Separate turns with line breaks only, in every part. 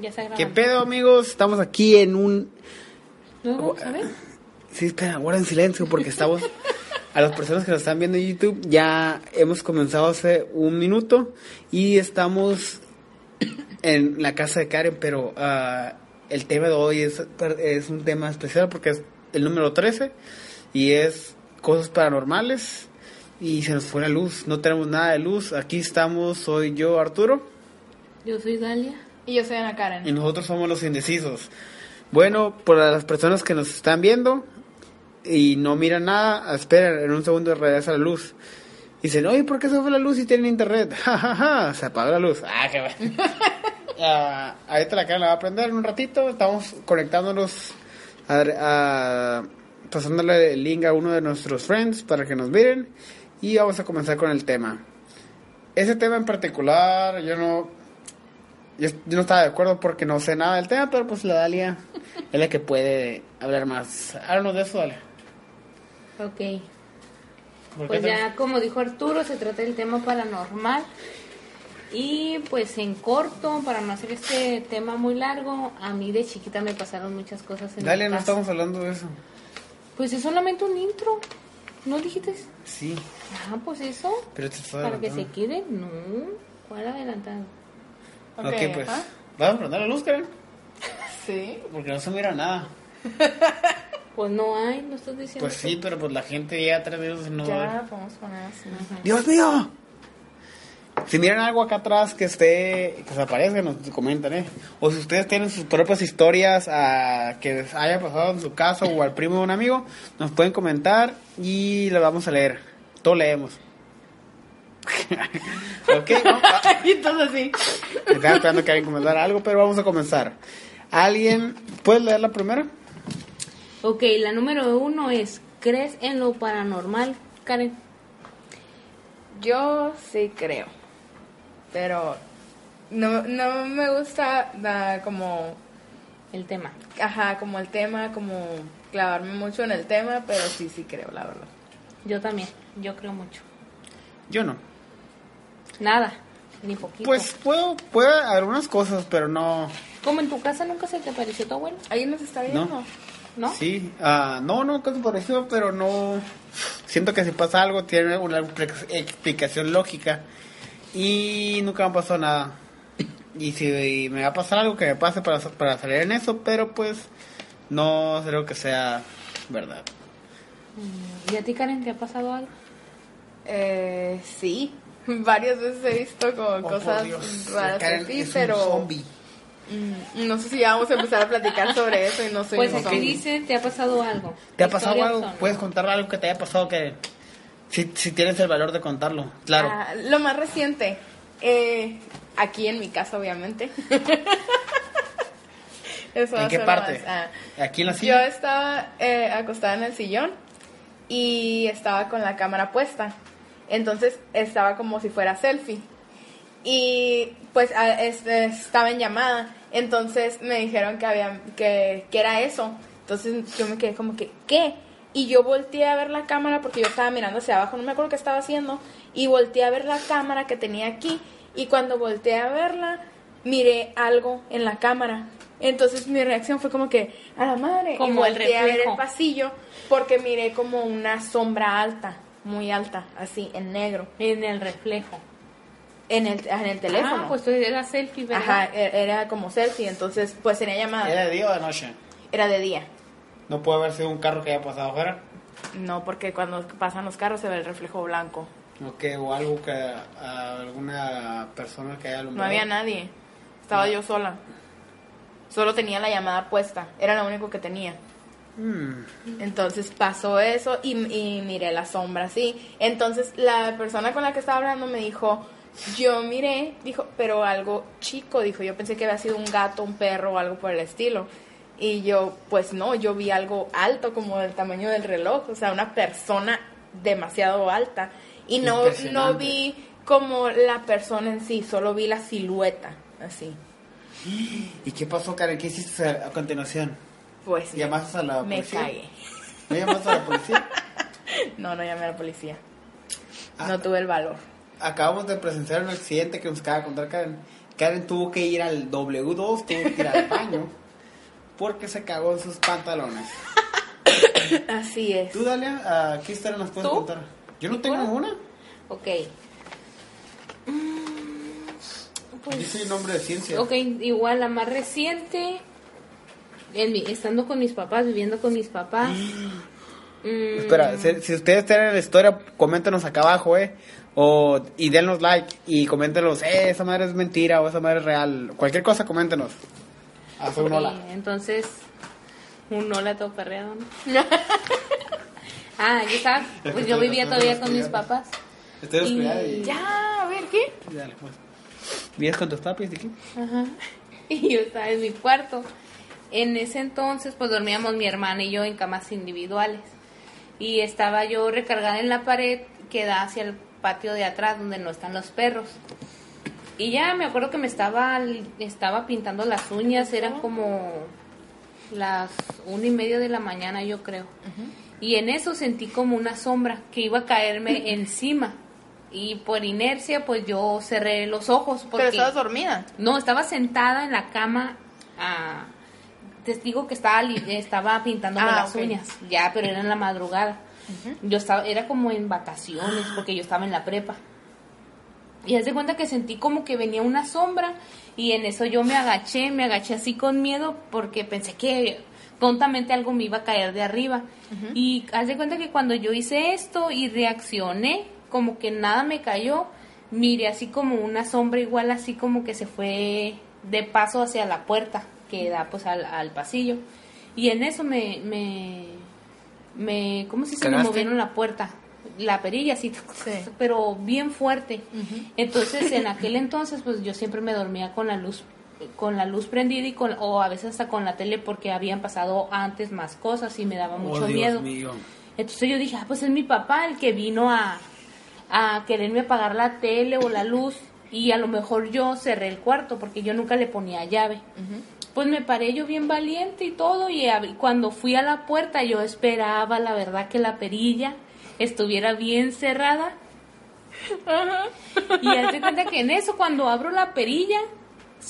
Ya está grabando.
¿Qué pedo, amigos? Estamos aquí en un...
Luego, ¿sabes?
Sí, espera, guarden silencio porque estamos... A las personas que nos están viendo en YouTube, ya hemos comenzado hace un minuto y estamos en la casa de Karen, pero ah, el tema de hoy es, es un tema especial porque es el número 13 y es cosas paranormales y se nos fue la luz, no tenemos nada de luz, aquí estamos, soy yo Arturo.
Yo soy Dalia.
Y yo soy Ana Karen.
Y nosotros somos los indecisos. Bueno, para las personas que nos están viendo y no miran nada, esperan, en un segundo regresa la luz. Dicen, oye, ¿por qué se fue la luz si tienen internet? Ja, ja, ja, se apagó la luz. Ah, qué bueno. Ah, ahorita la cara la va a prender en un ratito. Estamos conectándonos, a, a- pasándole el link a uno de nuestros friends para que nos miren. Y vamos a comenzar con el tema. Ese tema en particular, yo no, yo, yo no estaba de acuerdo porque no sé nada del tema, pero pues la Dalia es la que puede hablar más. Háblanos de eso, Dalia.
Ok.
¿Por qué
Pues
te-
ya, como dijo Arturo, se trata del tema paranormal. Y pues en corto, para no hacer este tema muy largo, a mí de chiquita me pasaron muchas cosas en
Dalia,
mi
no
casa.
estamos hablando de eso.
Pues es solamente un intro. ¿No dijiste?
Sí,
Ah, pues eso.
pero te estoy
Para que se
adelantando.
quede. No. ¿Cuál adelantado?
Ok, pues.
ajá.
Vamos a prender la luz, Karen,
Sí.
porque no se mira nada.
Pues no hay, no estás diciendo.
Pues sí, pero pues la gente ya tres veces no va a
Ya
ver.
podemos poner así.
¡Dios mío! Si miran algo acá atrás que esté, que se aparezca, nos comentan, ¿eh? O si ustedes tienen sus propias historias ah, que les haya pasado en su casa o al primo de un amigo, nos pueden comentar y las vamos a leer. Todo leemos. ok, vamos a-
Y entonces así.
Me estaba esperando que alguien comentara algo, pero vamos a comenzar. ¿Alguien puede leer la primera?
Ok, la número uno es, ¿crees en lo paranormal, Karen?
Yo sí creo. Pero no, no me gusta da, como.
El tema.
Ajá, como el tema, como clavarme mucho en el tema, pero sí, sí creo, la verdad.
Yo también, yo creo mucho.
Yo no.
Nada, ni poquito.
Pues puedo, puedo algunas cosas, pero no.
Como en tu casa nunca se te apareció tu abuelo,
¿Alguien nos está viendo?
No.
¿no?
Sí, ah, no, no, casi parecido, pero no. Siento que si pasa algo tiene una expli- explicación lógica y nunca me ha pasado nada. Y si me va a pasar algo que me pase para, para salir en eso, pero pues no creo que sea verdad.
Mm, ¿Y a ti, Karen, te ha pasado algo?
Eh, sí. Varias veces he visto como
Oh, por
cosas
Dios,
raras
Karen
así,
es un
pero.
zombie.
Mm, No sé si ya vamos a empezar a platicar sobre eso y no soy
pues
un
aquí
zombie.
dice, ¿te ha pasado algo?
¿Te ha pasado
Historias
algo? Pues-
son-
¿Puedes contar algo que te haya pasado que... Si, si tienes el valor de contarlo, claro.
Ah, lo más reciente, eh, aquí en mi casa, obviamente. Eso va
¿En
a
qué
ser lo
parte?
más, ah.
¿Aquí en la
Yo
silla?
estaba eh, acostada en el sillón y estaba con la cámara puesta. Entonces estaba como si fuera selfie. Y pues a- es- estaba en llamada. Entonces me dijeron que, había, que, que era eso. Entonces yo me quedé como que, ¿qué? Y yo volteé a ver la cámara porque yo estaba mirando hacia abajo, no me acuerdo qué estaba haciendo. Y volteé a ver la cámara que tenía aquí. Y cuando volteé a verla, miré algo en la cámara. Entonces mi reacción fue como que, a la madre. y
Como el
volteé a ver
reflejo.
el pasillo porque miré como una sombra alta, muy alta, así, en negro.
En el reflejo.
En el, en el teléfono.
Ah, pues tú era selfie, ¿verdad?
Ajá, er- era como selfie, entonces pues tenía llamada.
¿Era
Era,
de día o de noche?
de día.
No puede haber sido un carro que haya pasado afuera.
No, porque cuando pasan los carros se ve el reflejo blanco.
O, que, o algo que a alguna persona que haya
No
alumbrado.
había nadie. Estaba
No.
yo sola. Solo tenía la llamada puesta. Era lo único que tenía.
Mm,
Entonces pasó eso y, y miré la sombra así. Entonces la persona con la que estaba hablando me dijo, yo miré, dijo, pero algo chico, dijo, yo pensé que había sido un gato, un perro o algo por el estilo. Y yo, pues no, yo vi algo alto como del tamaño del reloj, o sea, una persona demasiado alta. Y no, no
Impresionante.
vi como la persona en sí, solo vi la silueta, así.
¿Y qué pasó, Karen? ¿Qué hiciste a, a continuación?
Pues
¿Llamaste a la
me
policía?
cagué.
¿No llamaste a la policía?
No, no llamé a la policía.
Ah.
No tuve el valor.
Acabamos de presenciar un accidente que nos acaba de contar Karen. Karen tuvo que ir al W2, tuvo que ir al baño, porque se cagó en sus pantalones.
Así es.
Tú, dale, ¿a qué historia nos puedes
¿Tú?
contar? Yo no tengo
¿Recuerdas?
una.
Ok. Mm,
pues,
Yo soy un hombre de ciencia.
Ok, igual la más reciente, en mi- estando con mis papás, viviendo con mis papás. mm,
Espera, si, si ustedes tienen la historia, coméntenos acá abajo, ¿eh? O, y denos like y coméntenos, eh, esa madre es mentira o esa madre es real. Cualquier cosa, coméntenos. Haz Ah, un
ok,
hola.
Entonces, un hola todo perreado, ¿no? ah, yo estaba, pues yo vivía todavía con mis papás.
Estoy
Y-
descuidado y-
Ya, a ver, ¿qué?
Dale, pues. ¿Vives con tus papis, Dicky?
Ajá. Y yo estaba en mi cuarto. En ese entonces, pues dormíamos mi hermana y yo en camas individuales. Y estaba yo recargada en la pared que da hacia el patio de atrás, donde no están los perros. Y ya me acuerdo que me estaba, estaba pintando las uñas, eran como las una y media de la mañana, yo creo. Y en eso sentí como una sombra que iba a caerme encima. Y por inercia, pues yo cerré los ojos. Porque
Pero estabas dormida.
no, estaba sentada en la cama. ah, te digo que estaba, li- estaba pintándome
Ah,
las
ok.
uñas. Ya, pero era en la madrugada. Yo estaba, era como en vacaciones, porque yo estaba en la prepa. Y haz de cuenta que sentí como que venía una sombra. Y en eso yo me agaché, me agaché así con miedo, porque pensé que tontamente algo me iba a caer de arriba. Y haz de cuenta que cuando yo hice esto y reaccioné, como que nada me cayó, miré así como una sombra igual, así como que se fue de paso hacia la puerta que da pues al, al pasillo. Y en eso me, me, me, ¿cómo se dice? Me
¿Cagaste?
movieron la puerta, la perilla así,
Sí.
pero bien fuerte. Entonces, en aquel entonces, pues yo siempre me dormía con la luz con la luz prendida y con o a veces hasta con la tele porque habían pasado antes más cosas y me daba mucho
Oh,
miedo.
Dios mío.
Entonces yo dije, ah, pues es mi papá el que vino a, a quererme apagar la tele o la luz y a lo mejor yo cerré el cuarto porque yo nunca le ponía llave. Pues me paré yo bien valiente y todo y abrí- cuando fui a la puerta yo esperaba, la verdad, que la perilla estuviera bien cerrada. Y hazte cuenta que en eso cuando abro la perilla,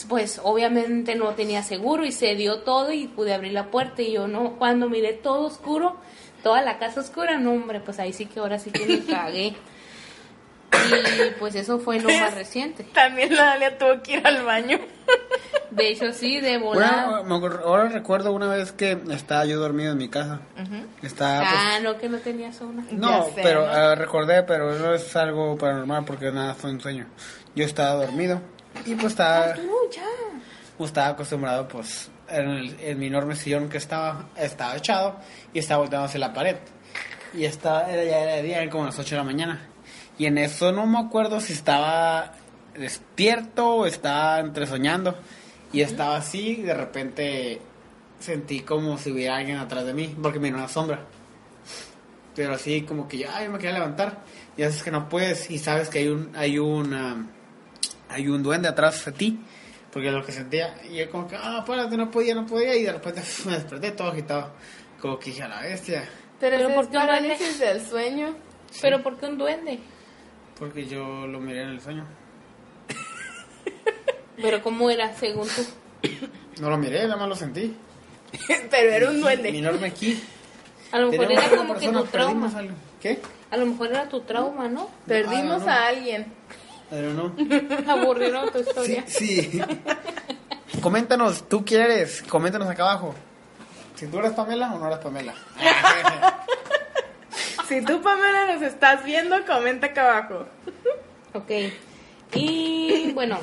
pues obviamente no tenía seguro y se dio todo y pude abrir la puerta y yo no, cuando miré todo oscuro, toda la casa oscura, no hombre, pues ahí sí que ahora sí que me cagué. Y pues eso fue lo más reciente.
También la Dalia tuvo que ir al baño.
De hecho sí, de
Bueno,
volar.
me acuer- ahora recuerdo una vez que estaba yo dormido en mi casa. Estaba, pues,
Ah, no, que no tenía zona.
No,
Ya sé,
pero
¿no?
ah, recordé, pero no es algo paranormal porque nada fue un sueño. Yo estaba dormido y pues estaba,
No, ya.
pues, estaba acostumbrado, pues en, el- en mi enorme sillón que estaba, estaba echado y estaba volteando hacia la pared. Y estaba, era ya era de día, eran como las 8 de la mañana. Y en eso no me acuerdo si estaba despierto o estaba entre soñando. Y estaba así y de repente sentí como si hubiera alguien atrás de mí porque me dio una sombra. Pero así como que yo, ay, me quería levantar. Y haces que no puedes y sabes que hay un, hay un, am, hay un duende atrás de ti. Porque es lo que sentía. Y yo como que, ah, párate, no podía, no podía. Y de repente me desperté todo agitado. Como que dije a la bestia.
Pero,
Pero
ese
¿por
es
qué un duende?
parálisis del sueño.
Pero ¿por qué un duende?
Porque yo lo miré en el sueño.
Pero ¿cómo era según tú?
No lo miré, nada más lo sentí.
Pero era un
Mi
duende.
enorme aquí.
A lo mejor
Tenemos
era
una
como que tu
persona, perdimos
trauma.
algo. ¿Qué?
A lo mejor era tu trauma, ¿no?
Perdimos
Ah, no.
a alguien.
I don't know.
Aburrieron tu
Sí,
historia.
sí. Coméntanos, tú quieres, coméntanos acá abajo. Si tú eres Pamela o no eres Pamela.
Si tú, Pamela, nos estás viendo, comenta acá abajo.
Ok. Y bueno,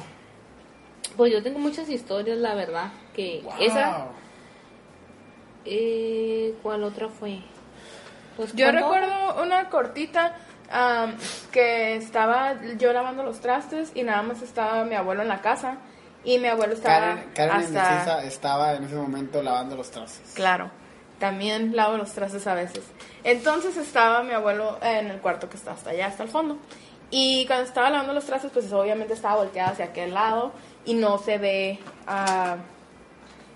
pues yo tengo muchas historias, la verdad. Que
Wow.
esa, eh, ¿cuál otra fue? Pues
Yo
cuando-
recuerdo una cortita am, que estaba yo lavando los trastes y nada más estaba mi abuelo en la casa y mi abuelo estaba
Karen, Karen
hasta
indecisa estaba en ese momento lavando los trastes.
claro. También lavo los trastes a veces. Entonces estaba mi abuelo en el cuarto que está hasta allá, hasta el fondo. Y cuando estaba lavando los trastes, pues obviamente estaba volteada hacia aquel lado y no se ve ah,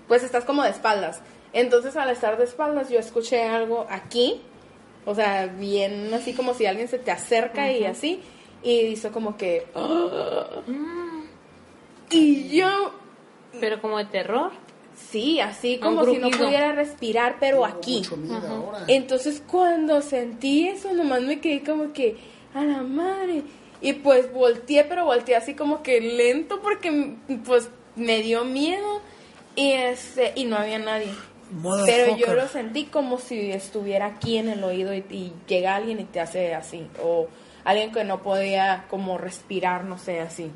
pues estás como de espaldas. Entonces al estar de espaldas yo escuché algo aquí, o sea, bien así como si alguien se te acerca y así, y hizo como que... "Ah". Y Y yo,
Mm, Pero como de terror.
sí, así
Un
como si no
grujido.
pudiera respirar, pero aquí.
Mucho miedo
Ajá. Eh,
ahora.
Entonces cuando sentí eso, nomás me quedé como que, a la madre. Y pues volteé, pero volteé así como que lento porque pues me dio miedo y, este, y no había nadie. Pero yo
Motherfucker.
lo sentí como si estuviera aquí en el oído y, y llega alguien y te hace así. O alguien que no podía como respirar, no sé, así.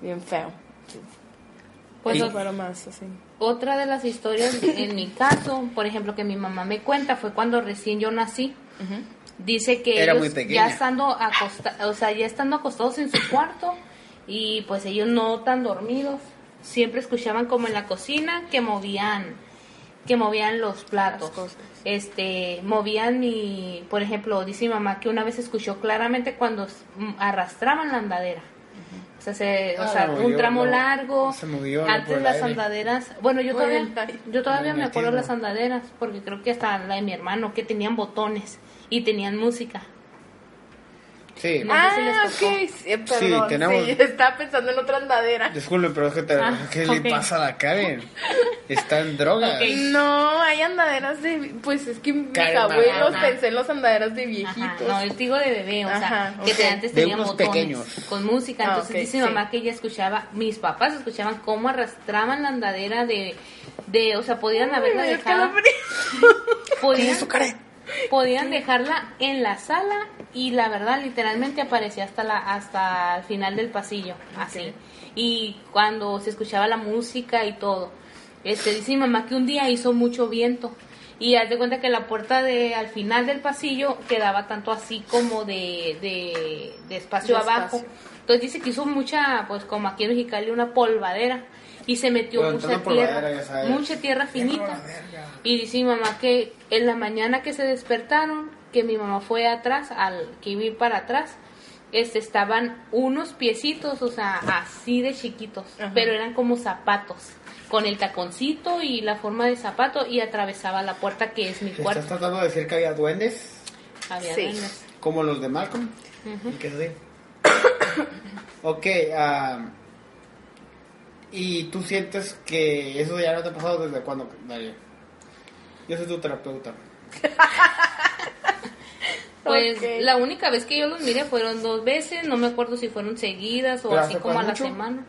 Bien feo.
Pues
Y-
o-
Pero más así.
otra de las historias, en mi caso, por ejemplo, que mi mamá me cuenta, fue cuando recién yo nací. Dice que
Era
ellos
muy pequeña.
ya estando acosta- o sea, ya estando acostados en su cuarto y pues ellos no tan dormidos, siempre escuchaban como en la cocina que movían que movían los platos.
Las cosas.
Este, movían mi, por ejemplo, dice mi mamá que una vez escuchó claramente cuando s- m- arrastraban la andadera. O sea, se- o
Ah,
sea,
la
un
movió,
tramo
la-
largo.
se movió, no por
Antes
el
las
aire.
andaderas, bueno, yo
Por
todavía
el aire.
yo todavía me acuerdo de las
Magnetismo.
andaderas, porque creo que hasta la de mi hermano, que tenían botones y tenían música.
Sí,
No. sé si les
Ah, ok.
tocó.
sí, perdón. Sí,
tenemos-
estaba pensando en otra andadera.
disculpe, pero es que te-
Ah,
¿qué
ok.
le pasa a la Karen? Está en drogas.
Ok.
No, hay andaderas de... Pues es que mis
Calma.
abuelos
Ajá.
pensé en los andaderas de viejitos.
Ajá, no, yo te digo de bebé, o sea,
Ajá,
que te-
ok.
antes
De
tenían
unos
botones
pequeños.
con música.
Ah,
Entonces
ok,
dice mi
sí.
mamá que ella escuchaba, mis papás escuchaban cómo arrastraban la andadera de, de o sea, podían
Ay,
haberla
me dio
dejado,
escalofrío.
podían, podían dejarla en la sala y la verdad literalmente aparecía hasta la hasta el final del pasillo, así. Y cuando se escuchaba la música y todo. Este dice mi mamá que un día hizo mucho viento y haz de cuenta que la puerta de al final del pasillo quedaba tanto así como de de, de espacio
De
abajo.
espacio.
Entonces dice que hizo mucha, pues como aquí en Mexicali, una polvadera y se metió
Bueno,
mucha
entonces una polvadera,
tierra,
ya sabes.
mucha tierra finita.
la verga.
Y dice mi mamá que en la mañana que se despertaron, que mi mamá fue atrás, al que iba a ir para atrás, este, estaban unos piecitos, o sea, así de chiquitos,
Ajá.
pero eran como zapatos, con el taconcito y la forma de zapato, y atravesaba la puerta que es mi
¿Estás
cuarto.
tratando de decir que había duendes?
Había
Sí.
duendes.
Como los de Malcolm. ¿Y qué es así? ok, ah, ¿y tú sientes que eso ya no te ha pasado desde cuándo, Daria? Yo soy tu terapeuta.
Pues
Ok.
la única vez que yo los miré fueron dos veces, no me acuerdo si fueron seguidas o
¿Pero
así
hace
como a la
mucho?
semana.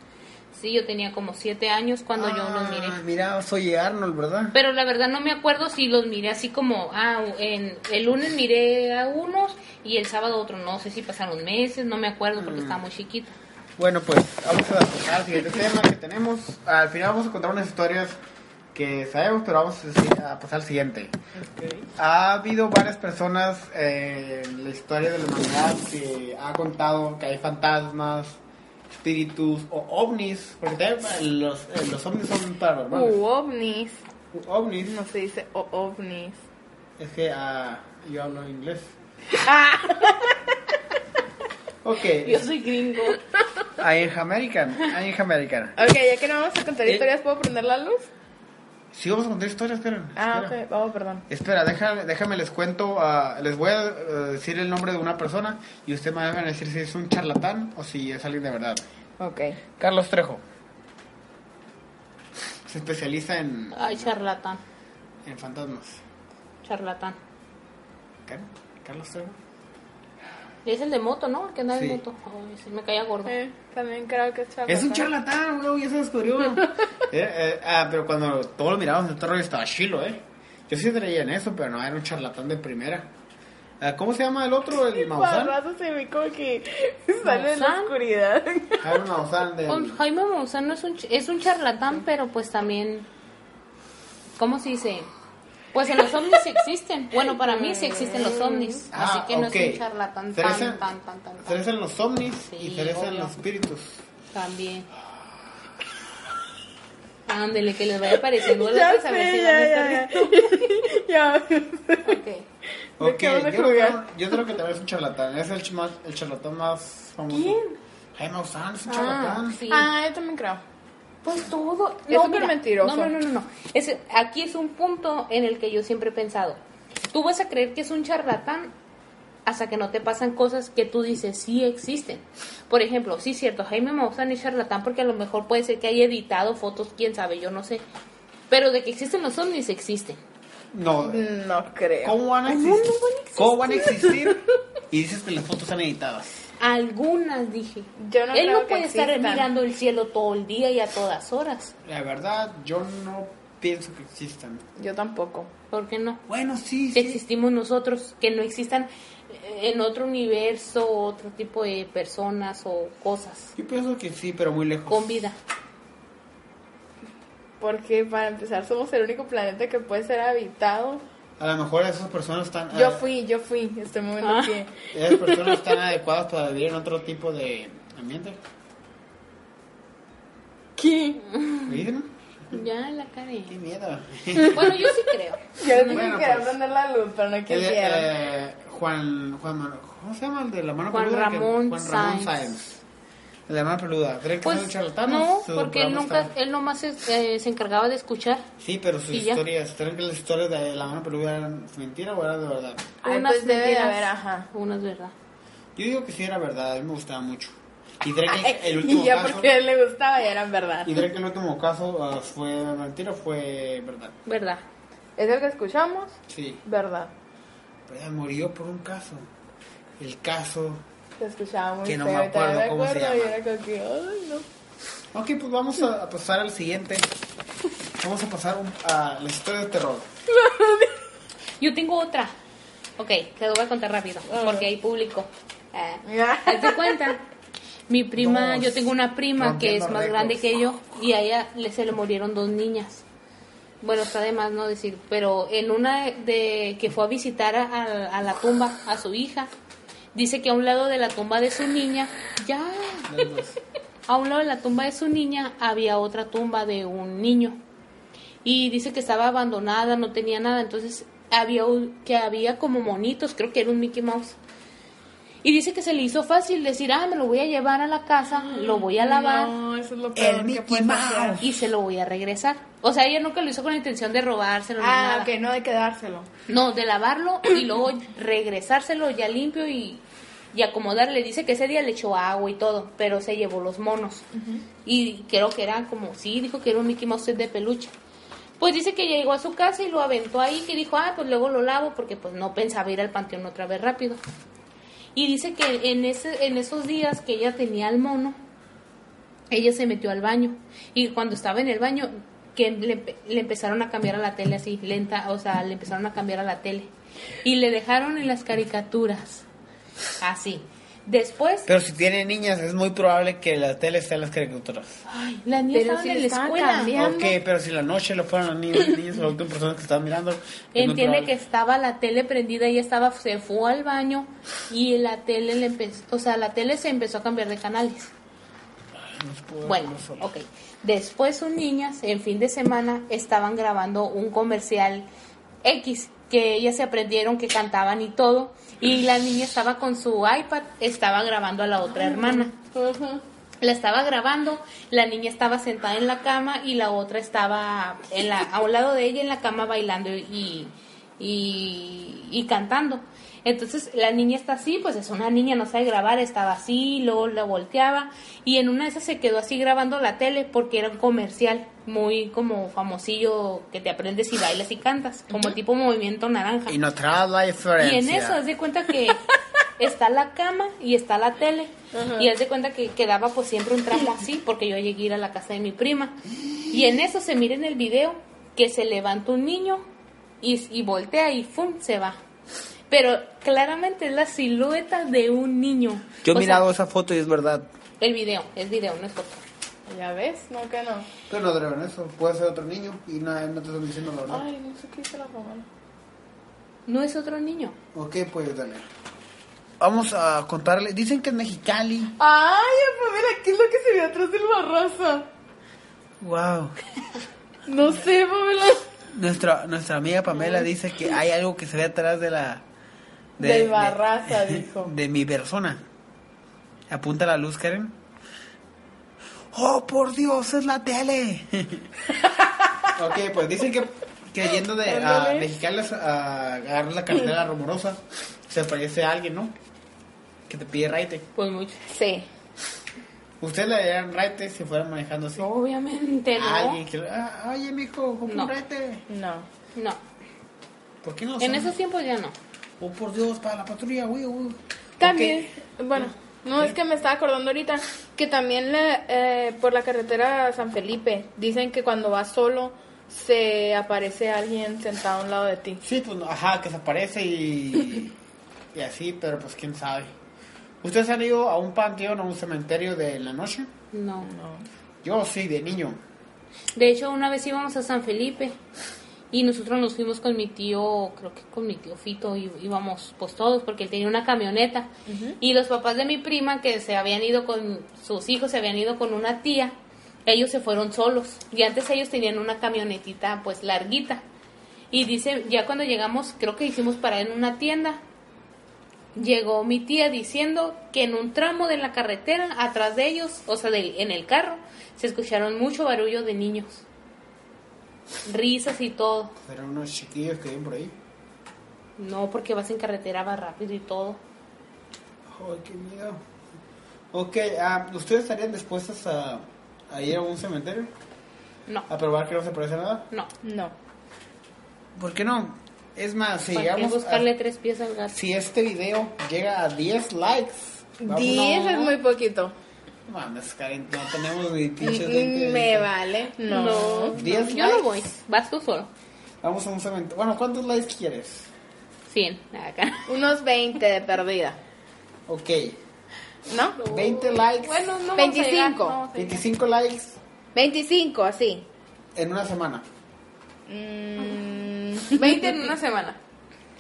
Sí, yo tenía como siete años cuando yo los miré.
Ah, Mira, soy Arnold, ¿verdad?
Pero la verdad no me acuerdo si los miré así como, ah, en, el lunes miré a unos y el sábado otro, no sé si pasaron meses, no me acuerdo porque
Mm.
estaba muy chiquita.
Bueno, pues vamos a pasar al siguiente tema que tenemos. Al final vamos a contar unas historias que sabemos, pero vamos a decir- a pasar al siguiente. Ha habido varias personas eh, en la historia de la humanidad que ha contado que hay fantasmas, espíritus o ovnis, porque también los, eh, los ovnis son paranormales.
U ovnis.
Ovnis,
No se dice o ovnis.
es que ah, yo hablo inglés. Ok,
soy gringo.
I'm American, I'm American.
Ok, ya que no vamos a contar
Eh.
historias, ¿puedo prender la luz?
Si vamos a contar historias, esperen.
Ah,
espera.
ok. Vamos, perdón.
Espera, déjame, déjame les cuento, ah, les voy a eh, decir el nombre de una persona y ustedes me van a decir si es un charlatán o si es alguien de verdad.
Ok.
Carlos Trejo. Se especializa en,
Ay, charlatán,
en fantasmas.
charlatán.
¿Car- ¿Carlos Trejo?
Es el de moto, ¿no? El que anda
Sí.
en moto. Ay, sí, me caía gordo.
Eh, también creo que es charlatán.
Es un charlatán, bro, ya se descubrió. Eh, eh, ah, pero cuando todos lo mirábamos en este rollo estaba chilo, ¿eh? Yo sí creía en eso, pero no, era un charlatán de primera. Ah, ¿Cómo se llama el otro? El
pues,
Para
Maussan.
rato se ve como que sale en la
¿Maussan?
oscuridad.
Jaime Ah, Maussan del-
Con Jaime Maussan no es un, ch- es un charlatán, pero pues también, ¿cómo se dice? Pues en los ovnis sí existen. Bueno, para mí sí existen los ovnis,
Ah,
así que no es
ok.
un charlatán
Pero ese-
tan, tan, tan, tan, tan.
Cerecen los ovnis y
Sí,
cerecen
obvio.
los espíritus.
También. Ándele, que les vaya apareciendo
Ya
las a ver si
sé,
van a
ya,
estar
ya, ya. Ya.
bien. Ok.
Me
Ok, yo
acabo de
creo, que,
colgar.
yo creo que también es un charlatán. Es el, ch- más- el charlatán más famoso.
¿Quién?
Jaime Maussan es un
Ah,
charlatán.
sí.
Ah, yo también creo.
Pues todo.
Es súper mentiroso.
No, no, no, no. no. Es, aquí es un punto en el que yo siempre he pensado. Tú vas a creer que es un charlatán hasta que no te pasan cosas que tú dices sí existen. Por ejemplo, sí es cierto, Jaime Maussan es charlatán porque a lo mejor puede ser que haya editado fotos, quién sabe, yo no sé. Pero de que existen los ovnis, existen.
No,
No creo.
¿cómo van a
No, no
existir?
van a existir.
¿Cómo van a existir? Y dices que las fotos están editadas.
Algunas dije.
Yo no
Él
creo
no
que
puede estar
existan.
mirando el cielo todo el día y a todas horas.
La verdad, yo no pienso que existan.
Yo tampoco.
¿Por qué no?
Bueno, sí,
Si
sí.
existimos nosotros, que no existan eh, en otro universo, otro tipo de personas o cosas
Yo pienso que sí, pero muy lejos.
con vida.
Porque para empezar somos el único planeta que puede ser habitado.
A lo mejor esas personas están...
Yo fui, yo fui, estoy moviendo
Ah.
el pie.
Esas personas están adecuadas para vivir en otro tipo de ambiente.
¿Qué?
Mm.
¿Viste, no?
Ya en la cara.
Qué miedo.
Bueno, yo sí creo.
Yo les dije
Bueno,
que era
pues.
prender la luz, pero no
El de,
quisieron.
eh, Juan, Juan Manu- ¿cómo se llama el de la mano
Juan
peluda? Que-
Ramón
Juan Ramón
Sáenz.
Sáenz. El de la mano peluda. ¿Creen que son
Pues
charlatanes?
no,
Su
porque él
programa
nunca,
está-
él nomás se, eh, se encargaba de escuchar.
Sí, pero sus
y ya.
historias, ¿creen que las historias de la mano peluda eran mentira o eran de verdad?
Ay,
unas
pues debe de
mentiras,
haber, ajá.
Unas verdad.
Yo digo que sí era verdad, a mí me gustaba mucho. Y creen que
Ay,
el último
Y ya
caso,
porque a él le gustaba y eran verdad.
y creen que el último caso ah, fue mentira o fue verdad.
Verdad.
Es el que escuchamos,
Sí,
verdad.
pero ella murió por un caso. El caso.
Se escuchaba muy
Que no
feo,
me
y todavía
acuerdo cómo se
y
llama.
era como que, ay, no.
Ok, pues vamos a, a pasar al siguiente. Vamos a pasar un- a la historia de terror.
Yo tengo otra. Ok, te lo voy a contar rápido, porque hay público. Ah.
Ya.
Hazte cuenta. Mi prima,
Dos.
yo tengo una prima que es
Rompiendo
más
récords.
grande que yo y a ella le, se le murieron dos niñas. Bueno, está de más no decir, pero en una de que fue a visitar a, a- a la tumba a su hija, dice que a un lado de la tumba de su niña, ya,
Las dos.
a un lado de la tumba de su niña había otra tumba de un niño y dice que estaba abandonada, no tenía nada, entonces había un- que había como monitos, creo que era un Mickey Mouse. Y dice que se le hizo fácil decir, "Ah, me lo voy a llevar a la casa, lo voy a lavar
No, eso es lo peor
El
que
Mickey
puedes hacer.
Mouse.
y se lo voy a regresar." O sea, ella nunca lo hizo con la intención de robárselo ni
Ah,
nada.
ok, no de quedárselo.
No, de lavarlo y luego regresárselo ya limpio y, y acomodarle. Dice que ese día le echó agua y todo, pero se llevó los monos. Y creo que era como, sí, dijo que era un Mickey Mouse de peluche. Pues dice que llegó a su casa y lo aventó ahí, que dijo, ah, pues luego lo lavo, porque pues no pensaba ir al panteón otra vez rápido. Y dice que en, ese, en esos días que ella tenía al mono, ella se metió al baño y cuando estaba en el baño que le, le empezaron a cambiar a la tele así lenta, o sea, le empezaron a cambiar a la tele y le dejaron en las caricaturas así. Después,
Pero si tiene niñas, es muy probable que la tele esté en las caricaturas.
ay, las niñas
Pero
estaban
si
en
le
la
estaban
escuela.
cambiando.
Ok, pero si la noche lo fueron las niñas, las niñas, las últimas personas que estaban mirando. es muy
Entiende
probable.
que estaba la tele prendida, ella estaba, se fue al baño y la tele le empezó, o sea, la tele se empezó a cambiar de canales.
No se puede
Bueno,
verlo solo.
ok. Después sus niñas, en fin de semana, estaban grabando un comercial X, que ellas se aprendieron que cantaban y todo, y la niña estaba con su iPad, estaba grabando a la otra hermana. La estaba grabando, la niña estaba sentada en la cama y la otra estaba en la, a un lado de ella en la cama bailando y, y, y cantando. Entonces la niña está así, pues es una niña, no sabe grabar, estaba así, luego la volteaba y en una de esas se quedó así grabando la tele porque era un comercial muy como famosillo que te aprendes y bailas y cantas, como tipo movimiento naranja.
Y notará la
Y
diferencia.
en eso, haz de cuenta que está la cama y está la tele.
Ajá.
Y haz de cuenta que quedaba pues siempre un trapo así, porque yo llegué a ir a la casa de mi prima. Y en eso se mira en el video que se levanta un niño y, y voltea y ¡fum! se va. Pero claramente es la silueta de un niño.
Yo he
O sea,
mirado esa foto y es verdad.
el video, es video, no es foto.
Ya ves, no que no.
Pero no deben eso. Puede ser otro niño y no, no te están diciendo la verdad.
Ay, no sé qué hizo la mamá.
No es otro niño.
Ok, pues dale. Vamos a contarle. Dicen que es Mexicali.
Ay, pues mira, ¿qué es lo que se ve atrás del barraza?
Wow.
No sé, Pamela.
Nuestra, nuestra amiga Pamela dice que hay algo que se ve atrás de la.
Ah. Del barraza, dijo.
De mi persona. Apunta la luz, Karen. ¡Oh, por Dios! ¡Es la tele! ok, pues dicen que, que yendo de a
Ándale.
Mexicali a agarrar la carretera rumorosa, se se aparece alguien, ¿no? Que te pide raite.
Pues mucho.
Sí.
Ustedes le darían raite si fueran manejando así.
Obviamente no.
Alguien que, ah, oye, mijo, compra
No.
un raite.
No.
No.
¿Por qué no?
En
son?
esos tiempos ya no.
Oh, por Dios, para la patrulla, güey, güey.
También, bueno, no es que me estaba acordando ahorita que también la, eh, por la carretera San Felipe dicen que cuando vas solo se aparece alguien sentado a un lado de ti.
Sí, pues, no, ajá, que se aparece y, y así, pero pues quién sabe. ¿Ustedes han ido a un panteón o a un cementerio de la noche?
No.
Yo sí, de niño.
De hecho, una vez íbamos a San Felipe y nosotros nos fuimos con mi tío, creo que con mi tío Fito, y íbamos pues todos porque él tenía una camioneta. Y los papás de mi prima que se habían ido con sus hijos, se habían ido con una tía, ellos se fueron solos. Y antes ellos tenían una camionetita pues larguita. Y dice, ya cuando llegamos, creo que hicimos parar en una tienda. Llegó mi tía diciendo que en un tramo de la carretera, atrás de ellos, o sea, del- en el carro, se escucharon mucho barullo de niños. Risas y todo.
Eran unos chiquillos que viven por ahí.
No, porque vas en carretera, va rápido y todo.
Ay, qué miedo. Ok, ah, ¿ustedes estarían dispuestos a, a ir a un cementerio?
No,
¿A probar que no se parece nada?
no.
No.
¿Por qué no? Es más, si
¿Para qué
llegamos a-
buscarle tres pies al gato?
Si este video llega a 10 likes... vamos-
10 es muy poquito.
No, mames, Karen, no tenemos ni pinches 20.
Mm, Me vale. No.
Diez
yo no
likes.
voy. Vas tú solo.
Vamos a un cementerio. Bueno, ¿cuántos likes quieres?
100, acá.
Unos 20 de perdida.
Ok,
¿No?
20 likes,
Bueno, no.
25.
25 likes
25, así.
en una semana.
Mm,
20 en una semana.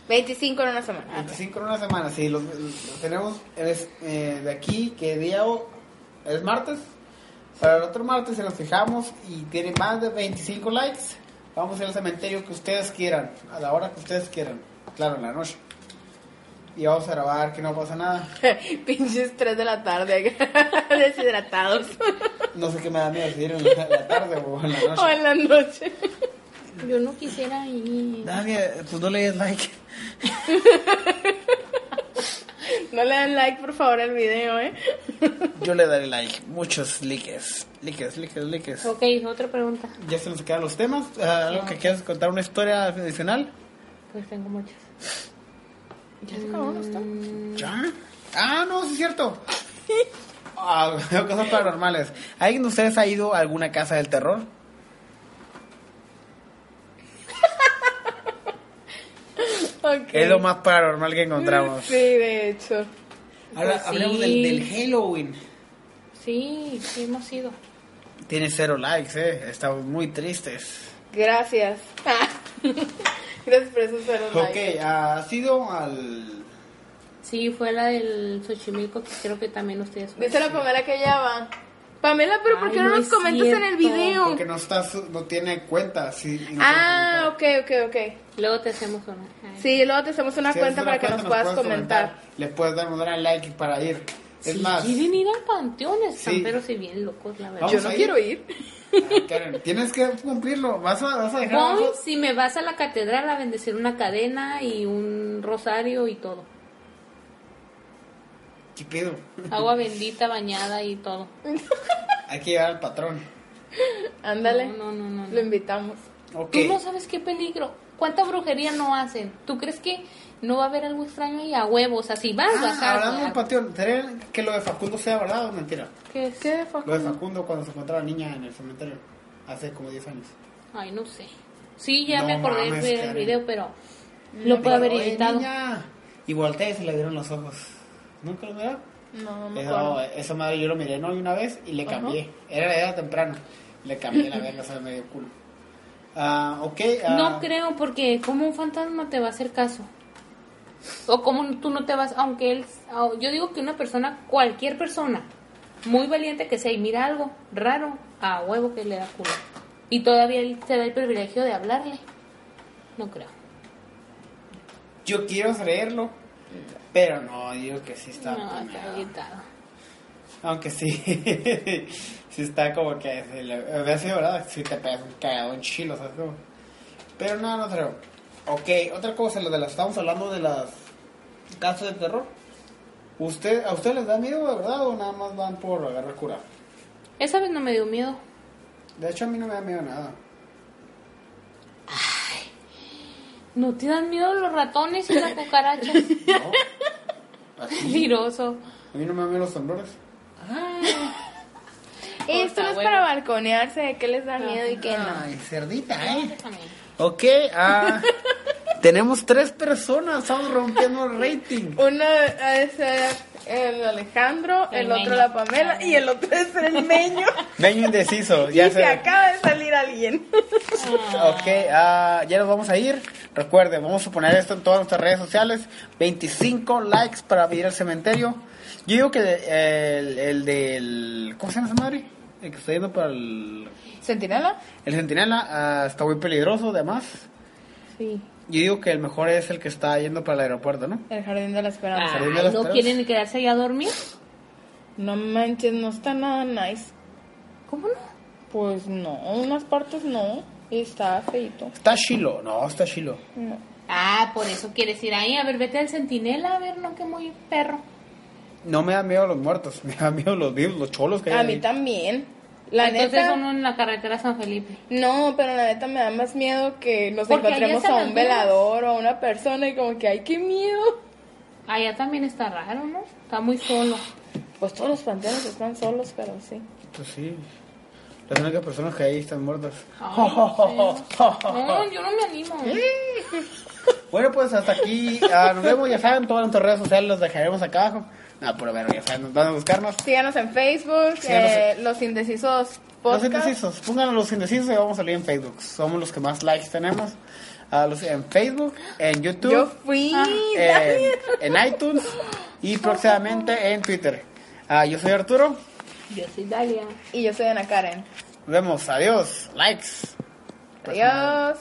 25 en una semana.
25 en una semana, sí, los, los tenemos es, eh, de aquí, que día o- es martes. Para el otro martes se los fijamos y tiene más de 25 likes. Vamos a ir al cementerio que ustedes quieran, a la hora que ustedes quieran. Claro, en la noche. Y vamos a grabar que no pasa nada.
Pinches 3 de la tarde. Deshidratados.
No sé qué me da miedo decir en la, la tarde o en la noche.
O en la noche.
Yo no quisiera ir.
Dania, pues no le des like.
No le dan like, por favor, al video, ¿eh?
Yo le daré like. Muchos likes. Likes, likes, likes.
Ok, otra pregunta.
Ya se nos quedan los temas. Ah, ¿Algo que quieras contar? ¿Una historia adicional?
Pues tengo muchas.
Ya se acabó, ¿no está?
Mm.
¿Ya? Ah, no, sí es cierto. Ah, cosas paranormales. ¿Alguien de ustedes ha ido a alguna casa del terror?
Ok.
Es lo más paranormal que encontramos.
Sí, de hecho.
Ahora
Pues sí.
hablemos del, del Halloween.
Sí, sí hemos ido.
Tiene cero likes, eh. Estamos muy tristes.
Gracias. Gracias por esos cero
Ok,
likes.
¿ha sido al
Sí, fue la del Xochimilco, que creo que también ustedes fueron.
Dice la Pamela que ya va. Pamela, pero ¿por
Ay,
qué no
no
nos
es
comentas en
cierto.
el video?
Porque no está, su- no tiene cuenta. Sí, y no
Ah, ok,
puede
ok, ok.
Luego te hacemos una. Ay.
Sí, luego te hacemos una
Si
cuenta
haces
para
una
que
cuenta,
nos puedas comentar.
Le puedes dar un gran like para ir. Es
Si
más,
quieren ir al panteón, están
Sí.
pero si bien locos, la verdad.
Vamos
Yo no
a ir.
quiero ir.
ah, Karen, tienes que cumplirlo. Vas a, vas a dejar. a
Voy
nosotros?
si me vas a la catedral a bendecir una cadena y un rosario y todo.
¿Qué pedo?
Agua bendita, bañada y todo.
Hay que llevar al patrón.
Ándale.
No, no, no, no, no.
Lo invitamos.
Ok.
Tú no sabes qué peligro. ¿Cuánta brujería no hacen? ¿Tú crees que no va a haber algo extraño ahí a huevos? Así vas,
Ah,
vas a...
hablando del panteón, ¿sería que lo de Facundo sea verdad o mentira?
¿Qué es?
¿Qué
Lo
de
de
Facundo?
Facundo cuando se encontraba niña en el cementerio hace como 10 años.
Ay, no sé. Sí, ya
No
me acordé
mames,
del
Karen.
video, pero
Mm,
lo puedo haber
Oye,
eh,
editado.
niña. Y volteé y se le vieron los ojos. ¿Nunca lo miró?
No, no me
Eso,
acuerdo.
esa madre yo lo miré no y una vez y le cambié. Era, era temprano. Le cambié la verga, se me medio culo. Ah, ok. ah,
No creo, porque como un fantasma te va a hacer caso. O como tú no te vas, aunque él... au- Yo digo que una persona, cualquier persona, muy valiente que sea y mira algo raro, a huevo que le da culo. Y todavía él te da el privilegio de hablarle. No creo.
Yo quiero creerlo, pero no, digo que sí está.
no, está
planeado.
agitado.
Aunque sí. sí está como que. Se le, a veces, ¿verdad? Si te pegas un cagadón chilo, ¿sabes? cómo? Pero no, no creo. Ok, otra cosa, lo de las. Estamos hablando de las. casos de terror. ¿Usted, ¿A usted les da miedo, de verdad, o nada más van por agarrar cura?
Esa vez no me dio miedo.
De hecho, a mí no me da miedo nada.
¿No te dan miedo los ratones y las cucarachas?
¿No? Así.
Mentiroso.
A mí no me dan miedo los temblores.
Esto no es
bueno.
para balconearse de qué les da miedo y qué no.
Ay, cerdita, ¿eh?
Déjame.
Ok, ah, tenemos tres personas, estamos rompiendo el rating.
Uno es eh, el Alejandro, el,
El
otro
Meño.
la Pamela y el otro es el Meño.
Meño indeciso,
y
ya
se
se...
acaba de salir alguien.
Ok, ah, ya nos vamos a ir. Recuerden, vamos a poner esto en todas nuestras redes sociales. 25 likes para pedir al cementerio. Yo digo que el, el del... ¿Cómo se llama esa madre? El que está yendo para el...
¿Sentinela?
El centinela ah, está muy peligroso, además.
Sí.
Yo digo que el mejor es el que está yendo para el aeropuerto, ¿no?
El Jardín de la Esperanza.
Ah.
Ay,
Jardín de las
¿No
Peras.
quieren quedarse allá a dormir?
No manches, no está nada nice.
¿Cómo no?
Pues no, unas partes no. Y está feito.
Está chilo, no, está chilo.
No.
Ah, por eso quieres ir ahí. A ver, vete al centinela a ver, no que muy perro.
No me da miedo los muertos, me da miedo los vivos, los cholos que hay
A mí
ahí.
también. La
Entonces
neta.
uno en la carretera San Felipe.
No, pero la neta me da más miedo que nos
Porque allá
encontremos
están
a
las
un
dunas.
velador o a una persona y como que, ay, qué miedo.
Allá también está raro, ¿no? Está muy solo.
Pues todos los panteones están solos, pero sí.
Pues sí. Las únicas personas que hay están muertas.
Ay, No, yo no me animo. ¿eh?
Bueno, pues hasta aquí. ah, nos vemos, ya saben, todas nuestras redes sociales las dejaremos acá abajo. No, pero bueno, ya saben, van a buscarnos.
Síganos en Facebook,
Síganos
eh, Los Indecisos Podcast.
Los indecisos, pónganos los indecisos y vamos a salir en Facebook. Somos los que más likes tenemos. Ah, los, en Facebook, en YouTube,
Yo fui.
Ah. en, en iTunes y próximamente en Twitter. Ah, yo soy Arturo.
Yo soy Dalia.
Y yo soy Ana Karen.
Nos vemos. Adiós. Likes. Pues,
Adiós.